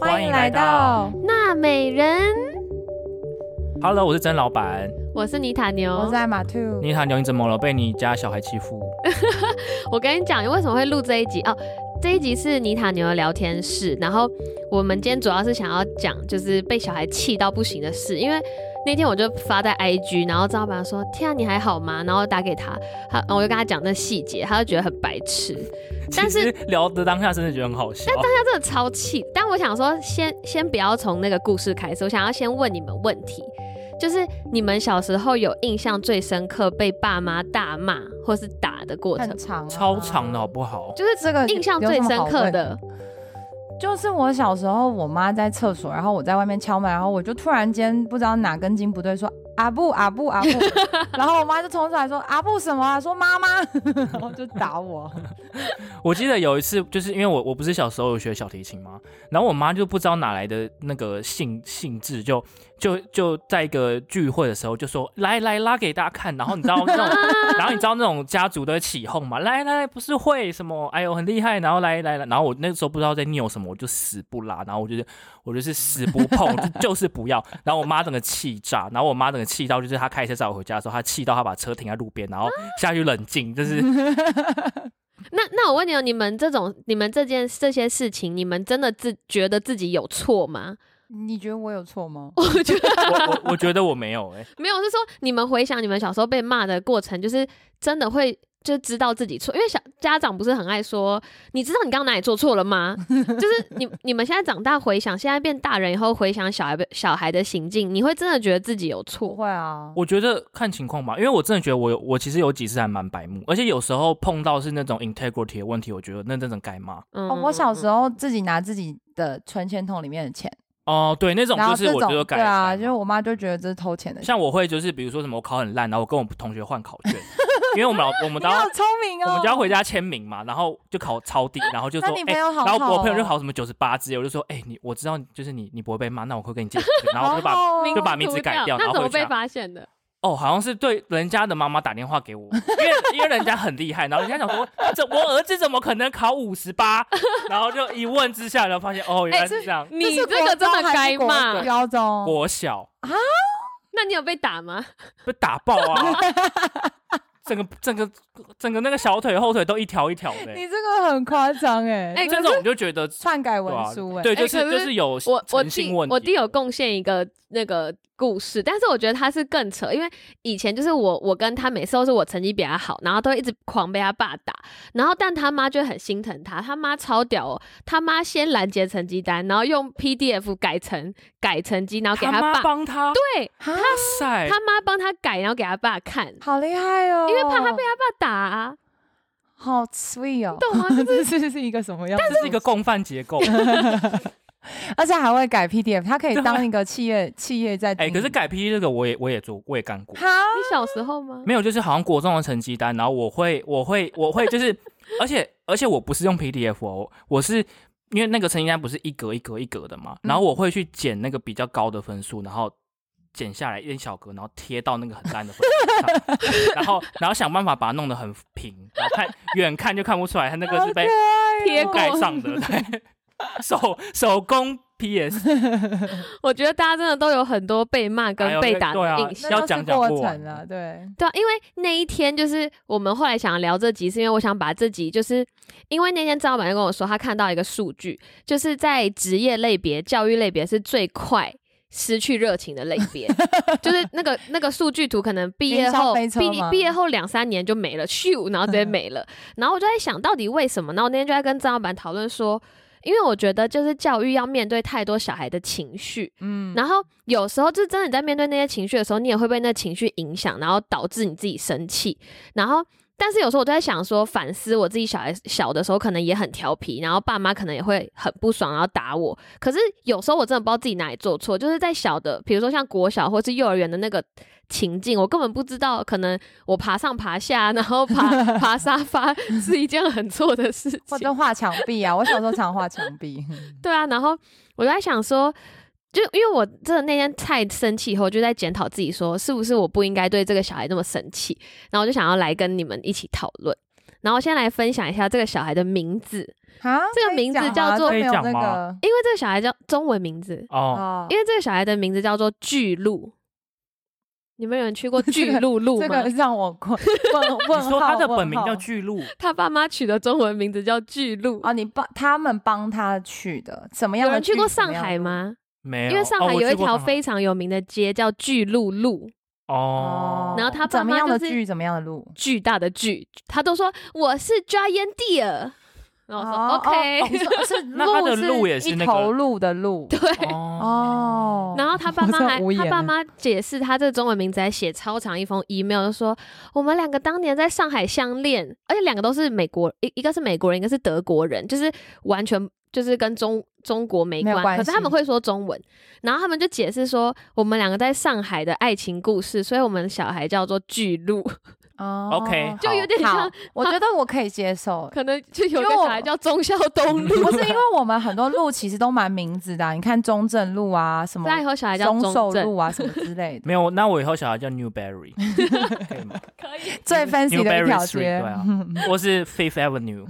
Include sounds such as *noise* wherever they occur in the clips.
欢迎来到娜美人， Hello，我是曾老板。我是妮塔牛。我是艾玛兔，妮塔牛，你怎么了？被你家小孩欺负？我跟你讲，为什么会录这一集哦？这一集是妮塔牛的聊天室，然后我们今天主要是想要讲就是被小孩气到不行的事，因为那天我就发在 IG，然后张老板说：“天啊，你还好吗？”然后打给他，他我就跟他讲那细节，他就觉得很白痴。但是其实聊的当下真的觉得很好笑。他真的超气，但我想说先先不要从那个故事开始，我想要先问你们问题，就是你们小时候有印象最深刻被爸妈大骂或是打的过程吗很长、啊超长的哦好，不好？就是这个印象最深刻的，就是我小时候，我妈在厕所，然后我在外面敲门，然后我就突然间不知道哪根筋不对，说阿布阿布 *laughs* 阿布，然后我妈就冲出来说阿布什么啊，说妈妈，然后就打我，我记得有一次，就是因为我我不是小时候有学小提琴吗？然后我妈就不知道哪来的那个兴兴致，就就就在一个聚会的时候就说来来拉给大家看，然后你知道那种，然后你知道那种家族都会起哄嘛，来来来不是会什么，哎呦很厉害，然后来来来，然后我那个时候不知道在拗什么，我就死不拉，然后我就是我就是死不碰， *laughs* 就就是不要，然后我妈整个气炸，然后我妈整个气到就是她开车载我回家的时候，她气到她把车停在路边，然后下去冷静，就是 *laughs* 那那我问你哦，你们这种你们这件这些事情，你们真的自觉得自己有错吗？ *laughs* 你觉得我有错吗？我觉得我我我觉得我没有哎、没有，是说你们回想你们小时候被骂的过程，就是真的会。就知道自己错，因为小家长不是很爱说，你知道你刚刚哪里做错 *laughs* 了吗？就是你你们现在长大回想，现在变大人以后回想小孩小孩的行径，你会真的觉得自己有不错，会啊，我觉得看情况吧，因为我真的觉得我有我其实有几次还蛮白目，而且有时候碰到是那种 integrity 的问题，我觉得那那种该骂嗯哦，我小时候自己拿自己的存钱筒里面的钱，哦，对，那种然后就是这我觉得种该对啊，该骂就是我妈就觉得这是偷钱的钱，像我会就是比如说什么我考很烂，然后我跟我同学换考 *laughs* 卷，因为我们老我们你都要好聪明我哦，们就要回家签名嘛，然后就考超低，然后就那说你哎朋。友好好然哦，后我朋友就考什么九十八之类，我就说，哎、你我知道，就是你，你不会被骂，那我会跟你借考卷，然后我就把好好哦就把名字改掉然嗯那后怎么回家被发现的？哦，好像是对人家的妈妈打电话给我，因为因为人家很厉害，然后人家想说，这我儿子怎么可能考五十八？ *laughs* 然后就一问之下，然后发现哦，原哎来是这样。你是这个国中真还的是该国骂，高中国小那你有被打吗？被打爆 *laughs* 啊，整个整个整个那个小腿后腿都一条一条的、你这个很夸张哎，哎这种我就觉得篡改对文啊书哎、对，哎就是、可是就是有我我诚弟信问题。我弟有贡献一个那个故事，但是我觉得他是更扯，因为以前就是我我跟他每次都是我成绩比他好，然后都一直狂被他爸打，然后但他妈就很心疼他，他妈超屌哦，他妈先拦截成绩单，然后用 PDF 改成改成绩，然后给他妈爸，帮他，对啊，哇塞，他妈帮他改，然后给他爸看，好厉害哦，因为怕他被他爸打、啊，好 sweet 哦，懂吗？就是 *laughs* 这是是一个什么样？这是一个共犯结 *laughs* 构。而且还会改 PDF，它可以对当一个企业企业在哎、经营可是改 P 这个我也我也做我也干过。哈，你小时候吗？ *laughs* 没有，就是好像国中的成绩单，然后我会，我会，我会，就是，而且而且我不是用 PDF 哦，我是因为那个成绩单不是一格一格一格的嘛，然嗯后我会去捡那个比较高的分数，然后剪下来一小格，然后贴到那个很烂的分数上，然后然后想办法把它弄得很平，然后看远看就看不出来，它那个好是可被爱哦贴过盖上的，对，手手工 PS，我觉得大家真的都有很多被骂哎跟呦被对打的对啊印那象。要都是讲讲过过往程了，对，对、啊，因为那一天就是我们后来想聊这集，是因为我想把这集，就是因为那天张老板就跟我说，他看到一个数据，就是在职业类别、教育类别是最快。失去热 *laughs* 情的类别，就是那个那个数据图，可能毕业云霄后飞车毕吗嗯毕业后两三年就没了，咻，然后直接没了。然后我就在想，到底为什么？然后我那天就在跟张老板讨论说，因为我觉得就是教育要面对太多小孩的情绪，嗯，然后有时候就真的在面对那些情绪的时候，你也会被那情绪影响，然后导致你自己生气。然后，但是有时候我都在想说，反思我自己小孩小的时候，可能也很调皮，然后爸妈可能也会很不爽，然后打我。可是有时候我真的不知道自己哪里做错，就是在小的，比如说像国小或是幼儿园的那个情境，我根本不知道，可能我爬上爬下，然后爬爬沙发是一件很错的事情，或者画墙壁啊，我小时候常画墙壁，对啊，然后我就在想说，就因为我真的那天太生气以后，我就在检讨自己说，是不是我不应该对这个小孩那么生气？然后我就想要来跟你们一起讨论。然后先来分享一下这个小孩的名字，啊，这个可以名字讲吗叫做这没有可以讲那吗个因为这个小孩叫中文名字，哦，哦因为这个小孩的名字叫做巨鹿。你们有人去过这巨个鹿鹿吗？这个让我困问 *laughs* 你哦问说他号的问本名叫号巨鹿，他爸妈取的中文名字叫巨鹿。哦，你帮他们帮他去的，怎么样有的人剧？去过怎么上样海的路？吗？没有，因为上海哦我有一去过条上海非常有名的街叫巨鹿路，哦，然后他爸怎么妈样就的是剧，怎么样的路？巨大的巨，他都说我是 Giant Deer，然后我说、哦 OK，、哦哦你说是 *laughs* 那他的路路也是一那头个鹿的鹿对。哦哦。 *laughs* 然后他爸我妈真的还无，他言爸了妈解释他这个中文名字，还写超长一封 email，就说我们两个当年在上海相恋，而且两个都是美国，一一个是美国人，一个是德国人，就是完全就是跟中中国没没有关，关可是他们系会说中文，然后他们就解释说我们两个在上海的爱情故事，所以我们小孩叫做巨鹿，哦 OK，就有点好像，，我觉得我可以接受。可能就有因个为小我孩叫忠孝东路，不是因为我们很多路其实都蛮名字的啊、你看中正路啊，什么那以后小孩叫中忠寿正，路啊，什么之类 *laughs* 的，没有，那我以后小孩叫 *laughs* Newberry，可以吗？可 *laughs* 以。最 fancy 的一 Newberry 条 Street，街对。啊，或是 Fifth Avenue，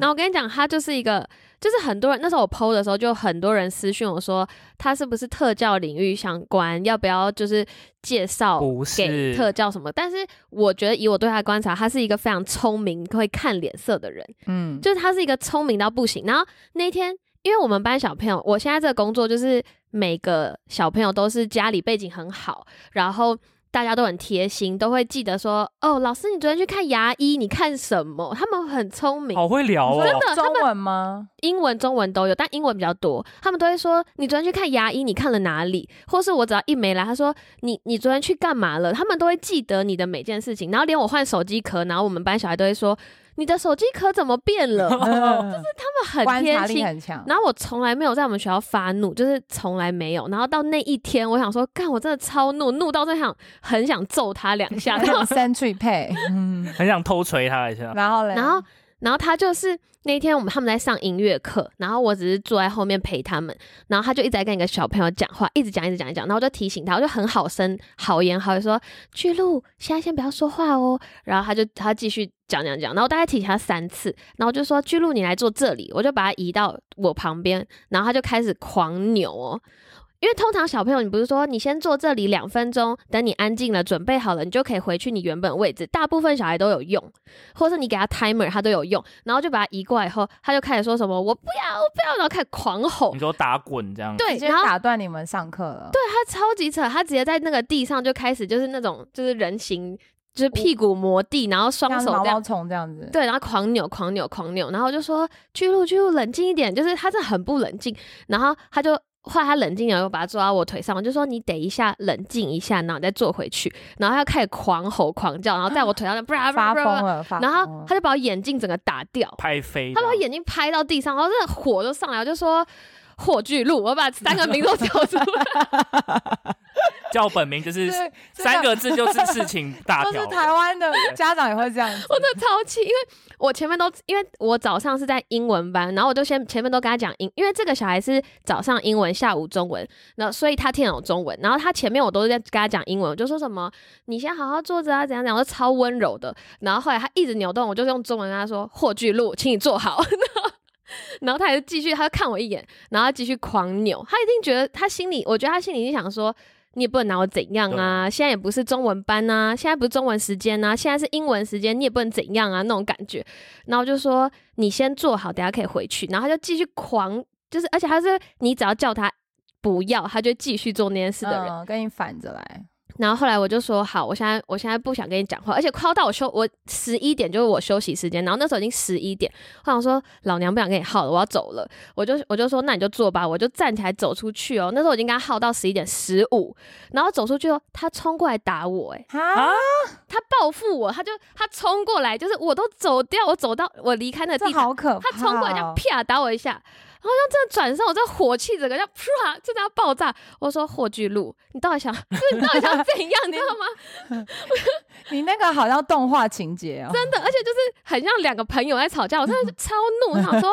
然后我跟你讲，他就是一个，就是很多人那时候我 PO 的时候，就很多人私讯我说，他是不是特教领域相关，要不要就是介绍不给是特教什么？但是我觉得以我对他的观察，他是一个非常聪明、会看脸色的人， *laughs* 嗯，就是他是一个聪明到不行。然后那天，因为我们班小朋友，我现在这个工作就是每个小朋友都是家里背景很好，然后。大家都很贴心，都会记得说：“哦，老师，你昨天去看牙医，你看什么？”他们很聪明，好会聊哦，真的，他中们文吗？英文、中文都有，但英文比较多。他们都会说：“你昨天去看牙医，你看了哪里？”或是我只要一没来，他说：“你你昨天去干嘛了？”他们都会记得你的每件事情。然后连我换手机壳，然后我们班小孩都会说：“你的手机壳怎么变了？”他嗯们哦很观察力贴心。很强。然后我从来没有在我们学校发怒，就是从来没有。然后到那一天，我想说，干，我真的超怒，怒到真的想很想揍 *laughs* 他两下。然后 Century 嗯 Pay，很想偷锤他一下。然后嘞，然后，然后他就是那天我们他们在上音乐课，然后我只是坐在后面陪他们，然后他就一直在跟一个小朋友讲话，一直讲，一直讲，一直讲，然后我就提醒他，我就很好声好言好语说：“巨鹿，现在先不要说话哦。”然后他就他继续讲讲讲，然后我大概提醒他三次，然后我就说：“巨鹿，你来坐这里。”我就把他移到我旁边，然后他就开始狂扭哦。因为通常小朋友，你不是说你先坐这里两分钟，等你安静了、准备好了，你就可以回去你原本的位置。大部分小孩都有用，或是你给他 timer，他都有用，然后就把他移过来以后，他就开始说什么“我不要，我不要”，然后开始狂吼你，说打滚这样，对直，接然后打断你们上课了。对，他超级扯，他直接在那个地上就开始就是那种就是人形，就是屁股磨地，然后双像手毛这样毛虫这样子。对，然后狂扭、狂扭、狂扭，然后我就说巨鹿、巨鹿，冷静一点，就是他真的很不冷静。然后他就后来他冷静了，又把他坐到我腿上，我就说你等一下，冷静一下，然后你再坐回去。然后他就开始狂吼、狂叫，然后在我腿上就 *laughs* 啪发啪啪疯啪啪，了，发疯然了。后他就把我眼镜整个打掉，拍飞这他样，把我眼睛拍到地上，然后这火就上来，我就说。火巨鹿，我把三个名字都 *laughs* 叫出来，叫本名就是对三个字就是事情大就条是了，台湾的家长也会这样子。 *laughs* 我真的超气，因为我前面都因为我早上是在英文班，然后我就先前面都跟他讲英，因为这个小孩是早上英文，下午中文，那所以他听得懂中文，然后他前面我都是在跟他讲英文，我就说什么你先好好坐着啊，怎样怎样，我就超温柔的，然后后来他一直扭动，我就用中文跟他说霍巨鹿，请你坐好。 *laughs* 然后他还是继续，他就看我一眼，然后他继续狂扭。他一定觉得他心里，我觉得他心里一定想说，你也不能拿我怎样啊，现在也不是中文班啊，现在不是中文时间啊，现在是英文时间，你也不能怎样啊那种感觉。然后我就说你先坐好，等下可以回去。然后他就继续狂，就是而且他是你只要叫他不要，他就继续做那件事的人。嗯，跟你反着来。然后后来我就说好，我现在我现在不想跟你讲话，而且快要到我休我十一点就是我休息时间，然后那时候已经十一点，我想说老娘不想跟你耗了，我要走了，我就我就说那你就坐吧，我就站起来走出去哦，那时候我已经跟他耗到十一点十五，然后走出去哦，他冲过来打我、欸，啊，他报复我，他就他冲过来，就是我都走掉，我走到我离开那个这地方，好可怕他哦！冲过来这样啪打我一下，然后像真的转身，我这火气整个像啪，真的要爆炸。我说霍巨鹿，你到底想， *laughs* 就是你到底想怎样，你知道吗？ *laughs* *laughs* 你那个好像动画情节哦，真的，而且就是很像两个朋友在吵架，我真的是超怒，我 *laughs* 想说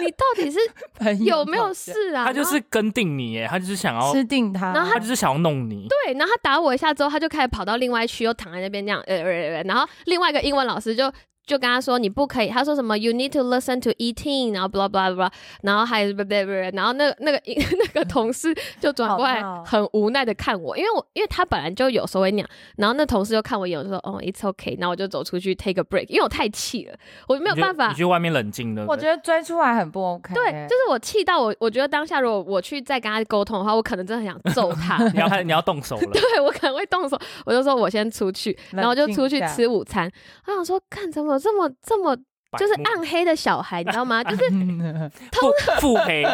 你到底是真有没有事啊？他就是跟定你耶，他就是想要，吃定他？然后他就是想要弄你，对，然后他打我一下之后，他就开始跑到另外一区，又躺在那边那样，呃呃呃，呃然后另外一个英文老师就就跟他说你不可以，他说什么 you need to listen to eating，然后 blah blah blah，然后还有 blah blah blah，然后那个那个 *laughs* 那个同事就转过来好闹很无奈的看我，因为我因为他本来就有时候会那样，然后那同事就看我一眼我就说哦 it's okay，然后我就走出去 take a break，因为我太气了，我没有你就办法你去外面冷静的。我觉得追出来很不 OK。对，就是我气到我，我觉得当下如果我去再跟他沟通的话，我可能真的很想揍 *laughs* 他。你要开，你要动手了。对我可能会动手，我就说我先出去，冷然后就静出去下吃午餐。我想说，看怎么这么这么就是百慕暗黑的小孩，你知道吗？ *laughs* 就是腹 *laughs* 腹黑，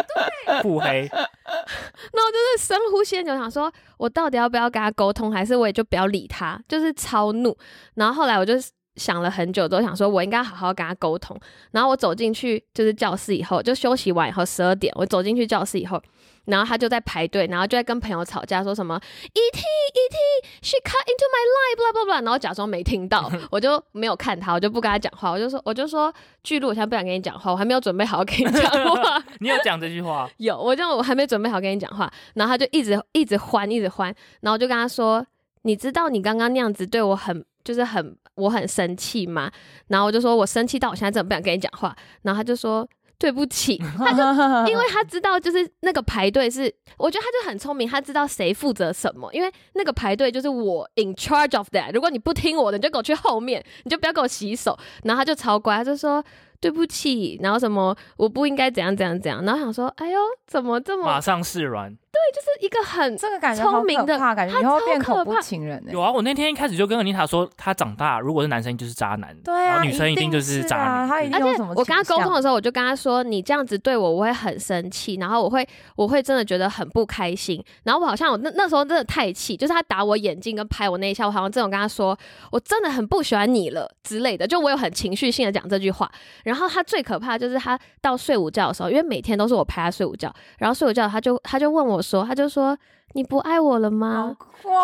腹黑，然后就是深呼吸很久，想说我到底要不要跟他沟通，还是我也就不要理他，就是超怒。然后后来我就想了很久，都想说我应该好好跟他沟通。然后我走进去就是教室以后，就休息完以后十二点，我走进去教室以后。然后他就在排队，然后就在跟朋友吵架，说什么 “E.T. E.T. she cut into my life”，blah blah blah，然后假装没听到，我就没有看他，我就不跟他讲话，我就说我就说巨鹿，我现在不想跟你讲话，我还没有准备好跟你讲话。你有讲这句 *laughs* 话？有，我就我还没准备好跟你讲话，然后他就一直一直欢，一直欢，然后我就跟他说，你知道你刚刚那样子对我很就是很我很生气吗？然后我就说我生气到我现在真的不想跟你讲话，然后他就说对不起，他就。嗯因为他知道，就是那个排队是，我觉得他就很聪明，他知道谁负责什么。因为那个排队就是我 in charge of that。如果你不听我的，你就给我去后面，你就不要给我洗手。然后他就超乖，他就说对不起，然后什么我不应该怎样怎样怎样。然后想说，哎呦，怎么这么马上示软。就是一个很 *laughs* 这个感觉好聪明的可怕，感觉以他后超变可恐怖怕情人欸呢、有啊，我那天一开始就跟妮塔说，他长大如果是男生就是渣男，对然啊，后女生一定就是渣啊，女他一定而有且什么？我跟他沟通，的时候，我就跟他说：“你这样子对我，我会很生气，然后我会，我会真的觉得很不开心。然后我好像我那那时候真的太气，就是他打我眼镜跟拍我那一下，我好像这种跟他说，我真的很不喜欢你了之类的，就我有很情绪性的讲这句话。然后他最可怕的就是他到睡午觉的时候，因为每天都是我陪他睡午觉，然后睡午觉他就他就问我说，他就说你不爱我了好吗？哇，这个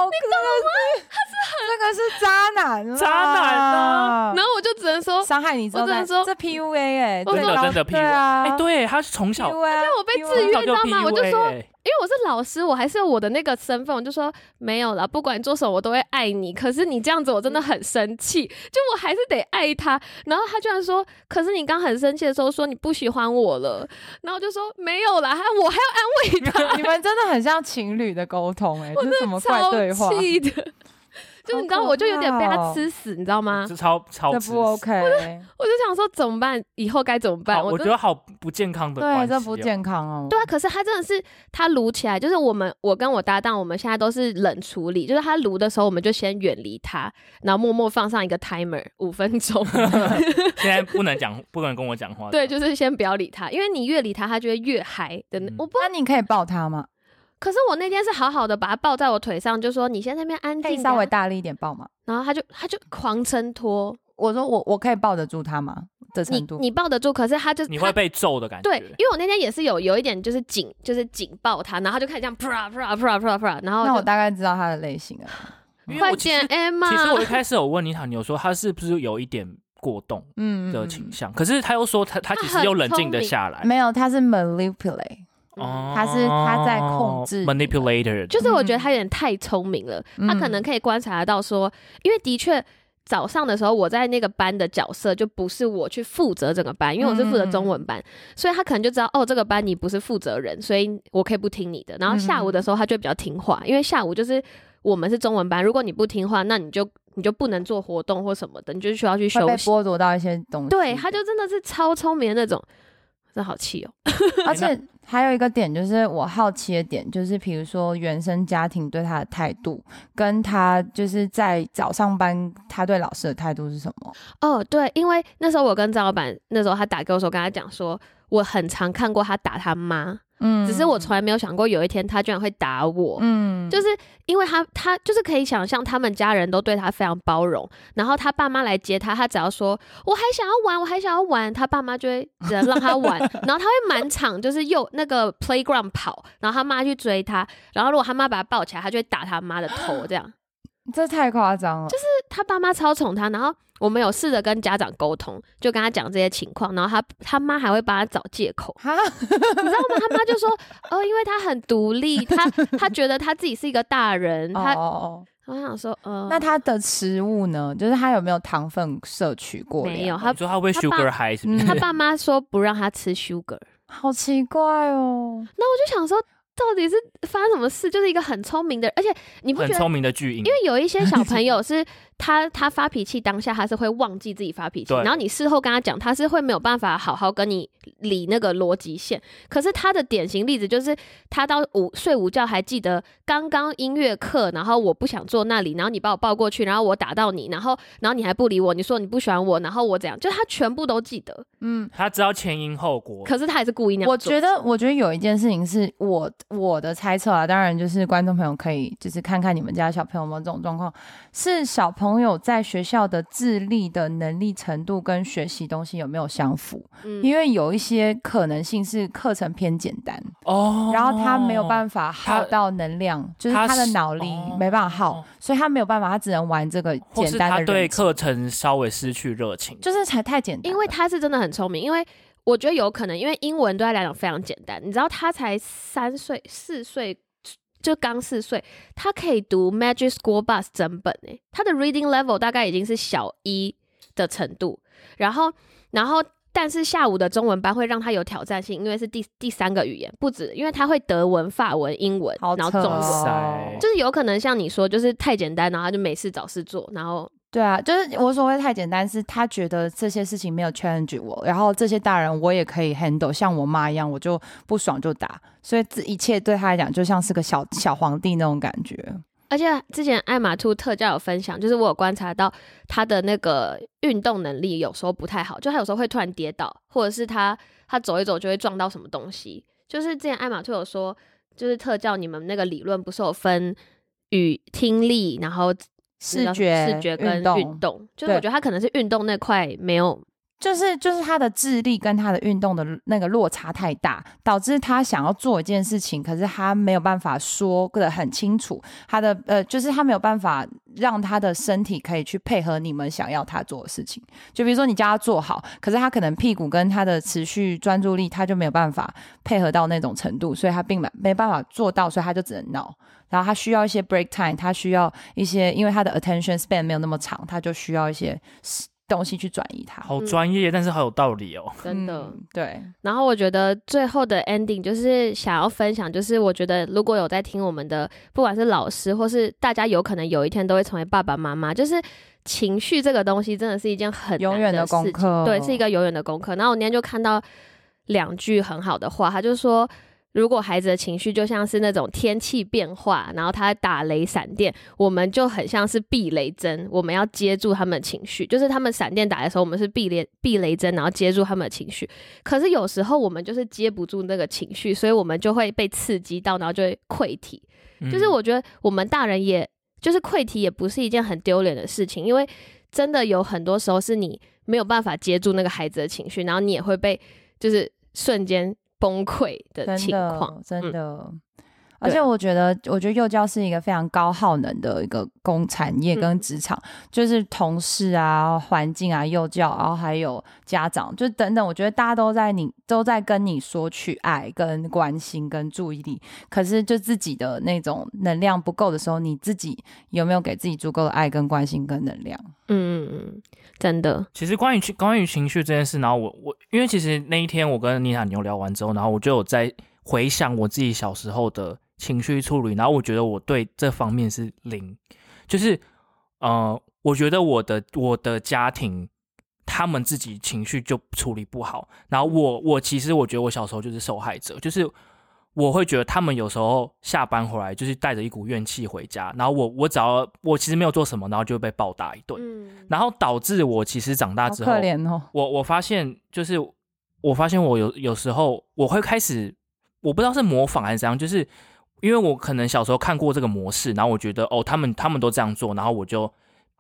是这个是渣男啊，渣男啊然后我就只能说，伤害你之后我只再，能说这 PUA 哎、我真说的真的 P 对啊，哎，对，他是从小 PUA，而我被从制约小就你知 P 道 U 吗哎我就 A，说因为我是老师，我还是有我的那个身份，我就说没有啦，不管你做什么，我都会爱你。可是你这样子，我真的很生气，就我还是得爱他。然后他居然说，可是你刚很生气的时候说你不喜欢我了，然后我就说没有啦，还我还要 *laughs* 安慰他，你们真的很像情侣的沟通 *laughs* 哎、这是什么怪超对话？气的。就你知道，我就有点被哦他吃死，你知 *laughs* 道吗？是超超这自不私 OK，我就想说怎么办，以后该怎么好办？我真觉的得好不健康的关对，系，这不。健康哦。对啊，可是他真的是他撸起来，就是我们我跟我搭档，我们现在都是冷处理，就是他撸的时候，我们就先远离他，然后默默放上一个 timer *laughs* 五分 *laughs* 钟，现在不能讲，不能跟我讲话。对，就是先不要理他，因为你越理他，他就会越嗨的那。嗯我不，那你可以抱他吗？可是我那天是好好的把他抱在我腿上，就说你先在那边安可以静，稍微不要大力一点抱吗？然后他就他就狂挣脱，我说我我可以抱得住他吗？的你程度，你抱得住，可是他就你会他被揍的感觉。对，因为我那天也是有有一点就是紧，就是紧抱他，然后他就开始这样啪啪啪啪啪，然后那我就大概知道他的类型了。因为快我其点实 Emma，其实我一开始有问妮塔，你有说他是不是有一点过动嗯，的倾向？可是他又说他他其实又冷静的下来。没有，他是 manipulate，哦，他是他在控制你 manipulator，就是我嗯觉得他有点太聪明了，他可能可以观察得到说，因为的确。早上的时候，我在那个班的角色就不是我去负责整个班，因为我是负责中嗯文班，所以他可能就知道哦，这个班你不是负责人，所以我可以不听你的。然后下午的嗯时候，他就会比较听话，因为下午就是我们是中文班，如果你不听话，那你就你就不能做活动或什么的，你就需要去会休被息。剥夺到一些东西。对，他就真的是超聪明的那种，真的好气哦。 *laughs* 而且还有一个点，就是我好奇的点，就是比如说原生家庭对他的态度，跟他就是在早上班他对老师的态度是什么？哦，对，因为那时候我跟张老板，那时候他打给我的时候，跟他讲说，我很常看过他打他妈，嗯只是我从来没有想过有一天他居然会打我。嗯就是因为他，他就是可以想象他们家人都对他非常包容，然后他爸妈来接他，他只要说我还想要玩，我还想要玩，他爸妈就会只能让 *laughs* 他玩，然后他会满场就是又那个 playground 跑，然后他妈去追他，然后如果他妈把他抱起来，他就会打他妈 *gasps* 的头这样。这太夸张了，就是，他爸妈超宠他，然后我们有试着跟家长沟通，就跟他讲这些情况，然后他他妈还会帮他找借口哈，你知道吗？他 *laughs* 妈就说，哦，因为他很独立，他他觉得他自己是一个大人，他哦哦哦，我想说，呃，那它的食物呢？就是它有没有糖分摄取过量？没有，哦他哦你说他会不会他爸嗯 sugar high 是不是？他爸妈说不让他吃 sugar，好奇怪哦。那我就想说，到底是发生什么事？就是一个很聪明的，而且你不很觉得聪明的巨婴，因为有 *laughs* 一些小朋友是他他发脾气当下他是会忘记自己发脾气，对然后你事后跟他讲，他是会没有办法好好跟你理那个逻辑线。可是他的典型例子就是他到午睡午觉还记得刚刚音乐课，然后我不想坐那里，然后你把我抱过去，然后我打到你，然后然后你还不理我，你说你不喜欢我，然后我怎样，就他全部都记得，嗯，他知道前因后果，可是他还是故意那样我做觉得，我觉得有一件事情是我我的猜测啊，当然就是观众朋友可以就是看看你们家小朋友有没有这种状况，是小朋友在学校的智力的能力程度跟学习东西有没有相符？嗯因为有一些可能性是课程偏简单，哦，然后他没有法，办法耗他到能量，就是他他的是脑力哦没办法耗哦，所以他没有办法，他只能玩这个或简是单他的对人际，课程稍微失去热情，就是才太简单了，因为他是真的很聪明，因为我觉得有可能，因为英文对他来讲非常简单。你知道，他才三岁、四岁，就刚四岁，他可以读《Magic School Bus》整本诶、他的 reading level 大概已经是小一的程度。然后，然后，但是下午的中文班会让他有挑战性，因为是第第三个语言，不止，因为他会德文、法文、英文，好然后扯中哦文。塞就是有可能像你说，就是太简单，然后他就没事找事做，然后对啊，就是我所谓太简单，是他觉得这些事情没有 challenge 我，然后这些大人我也可以 handle，像我妈一样，我就不爽就打，所以这一切对他来讲就像是个小小皇帝那种感觉。而且之前艾玛兔特教有分享，就是我有观察到他的那个运动能力有时候不太好，就他有时候会突然跌倒，或者是他他走一走就会撞到什么东西。就是之前艾玛兔有说，就是特教你们那个理论不是有分语听力，然后那视叫什么觉、视觉跟运运动，动，就是我对觉得他可能是运动那块没有就是就是他的智力跟他的运动的那个落差太大，导致他想要做一件事情，可是他没有办法说的很清楚，他的呃，就是他没有办法让他的身体可以去配合你们想要他做的事情。就比如说你叫他做好，可是他可能屁股跟他的持续专注力，他就没有办法配合到那种程度，所以他并没没办法做到，所以他就只能闹。然后他需要一些 break time，他需要一些，因为他的 attention span 没有那么长，他就需要一些东西去转移他。嗯好专业，但是好有道理哦。真的。嗯对，然后我觉得最后的 ending 就是想要分享，就是我觉得如果有在听我们的，不管是老师或是大家，有可能有一天都会成为爸爸妈妈，就是情绪这个东西真的是一件很永难远的的事功情课，哦对，是一个永远的功课。然后我那天就看到两句很好的话，他就说，如果孩子的情绪就像是那种天气变化，然后他打雷闪电，我们就很像是避雷针，我们要接住他们的情绪。就是他们闪电打的时候，我们是避雷避雷针，然后接住他们的情绪。可是有时候我们就是接不住那个情绪，所以我们就会被刺激到，然后就会溃体。嗯就是我觉得我们大人也就是溃体也不是一件很丢脸的事情，因为真的有很多时候是你没有办法接住那个孩子的情绪，然后你也会被就是瞬间崩溃的真情况。的真嗯的。而且我觉得，我觉得幼教是一个非常高耗能的一个工产嗯业跟职场，就是同事啊、环境啊、幼教，然后还有家长，就等等。我觉得大家都在你都在跟你说去爱、跟关心、跟注意力，可是就自己的那种能量不够的时候，你自己有没有给自己足够的爱、跟关心、跟能量？嗯嗯嗯，真的，其实关于情关于情绪这件事，然后我我因为其实那一天我跟妮塔牛聊完之后，然后我就有在回想我自己小时候的情绪处理，然后我觉得我对这方面是零，就是呃，我觉得我的我的家庭他们自己情绪就处理不好，然后我我其实我觉得我小时候就是受害者，就是。我会觉得他们有时候下班回来就是带着一股怨气回家，然后我我只要我其实没有做什么，然后就会被暴打一顿，嗯，然后导致我其实长大好之后，可怜哦，我我发现就是我发现我有有时候我会开始，我不知道是模仿还是怎样，就是因为我可能小时候看过这个模式，然后我觉得哦，他们他们都这样做，然后我就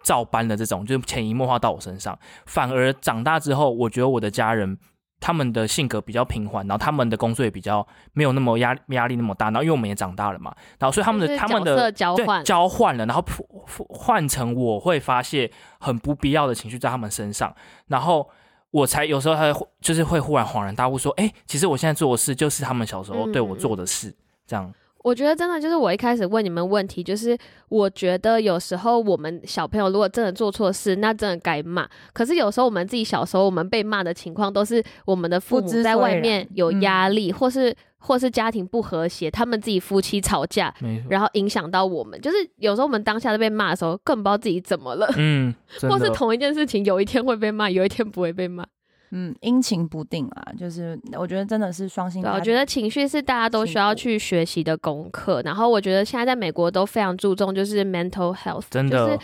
照搬了这种，就是潜移默化到我身上。反而长大之后，我觉得我的家人他们的性格比较平缓，然后他们的工作也比较没有那么压压力那么大，然后因为我们也长大了嘛，然后所以他们就的是他们角色的交对换，交换了，然后普普换成我会发泄很不必要的情绪在他们身上，然后我才有时候还会嗯就是会忽然恍然大悟说，哎、其实我现在做的事就是他们小时候对我做的事，这样我觉得真的就是我一开始问你们问题，就是我觉得有时候我们小朋友如果真的做错事，那真的该骂。可是有时候我们自己小时候，我们被骂的情况都是我们的父不母知在外所以面然有嗯压力，或是或是家庭不和谐，他们自己夫妻吵架，没错，然后影响到我们。就是有时候我们当下在被骂的时候，更不知道自己怎么了，嗯，真或是的同一件事情，有一天会被骂，有一天不会被骂。嗯，阴晴不定啊，就是我觉得真的是双性对啊，家我觉得情绪是大家都需要辛苦去学习的功课。然后我觉得现在在美国都非常注重就是 mental health，真就的是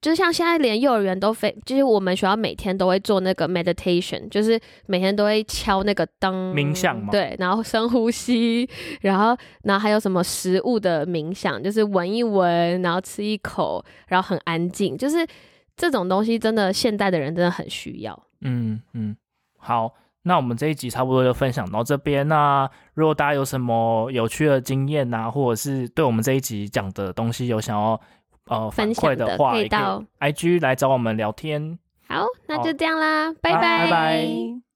就是像现在连幼儿园都非，就是我们学校每天都会做那个 meditation，就是每天都会敲那个当冥想吗对，然后深呼吸，然后然后还有什么食物的冥想，就是闻一闻，然后吃一口，然后很安静，就是这种东西真的现代的人真的很需要。嗯，嗯，好，那我们这一集差不多就分享到这边。那如果大家有什么有趣的经验呐、或者是对我们这一集讲的东西有想要呃反分馈享的话，可以也可到以 IG 来找我们聊天。好，那好就这样啦，好拜拜拜拜。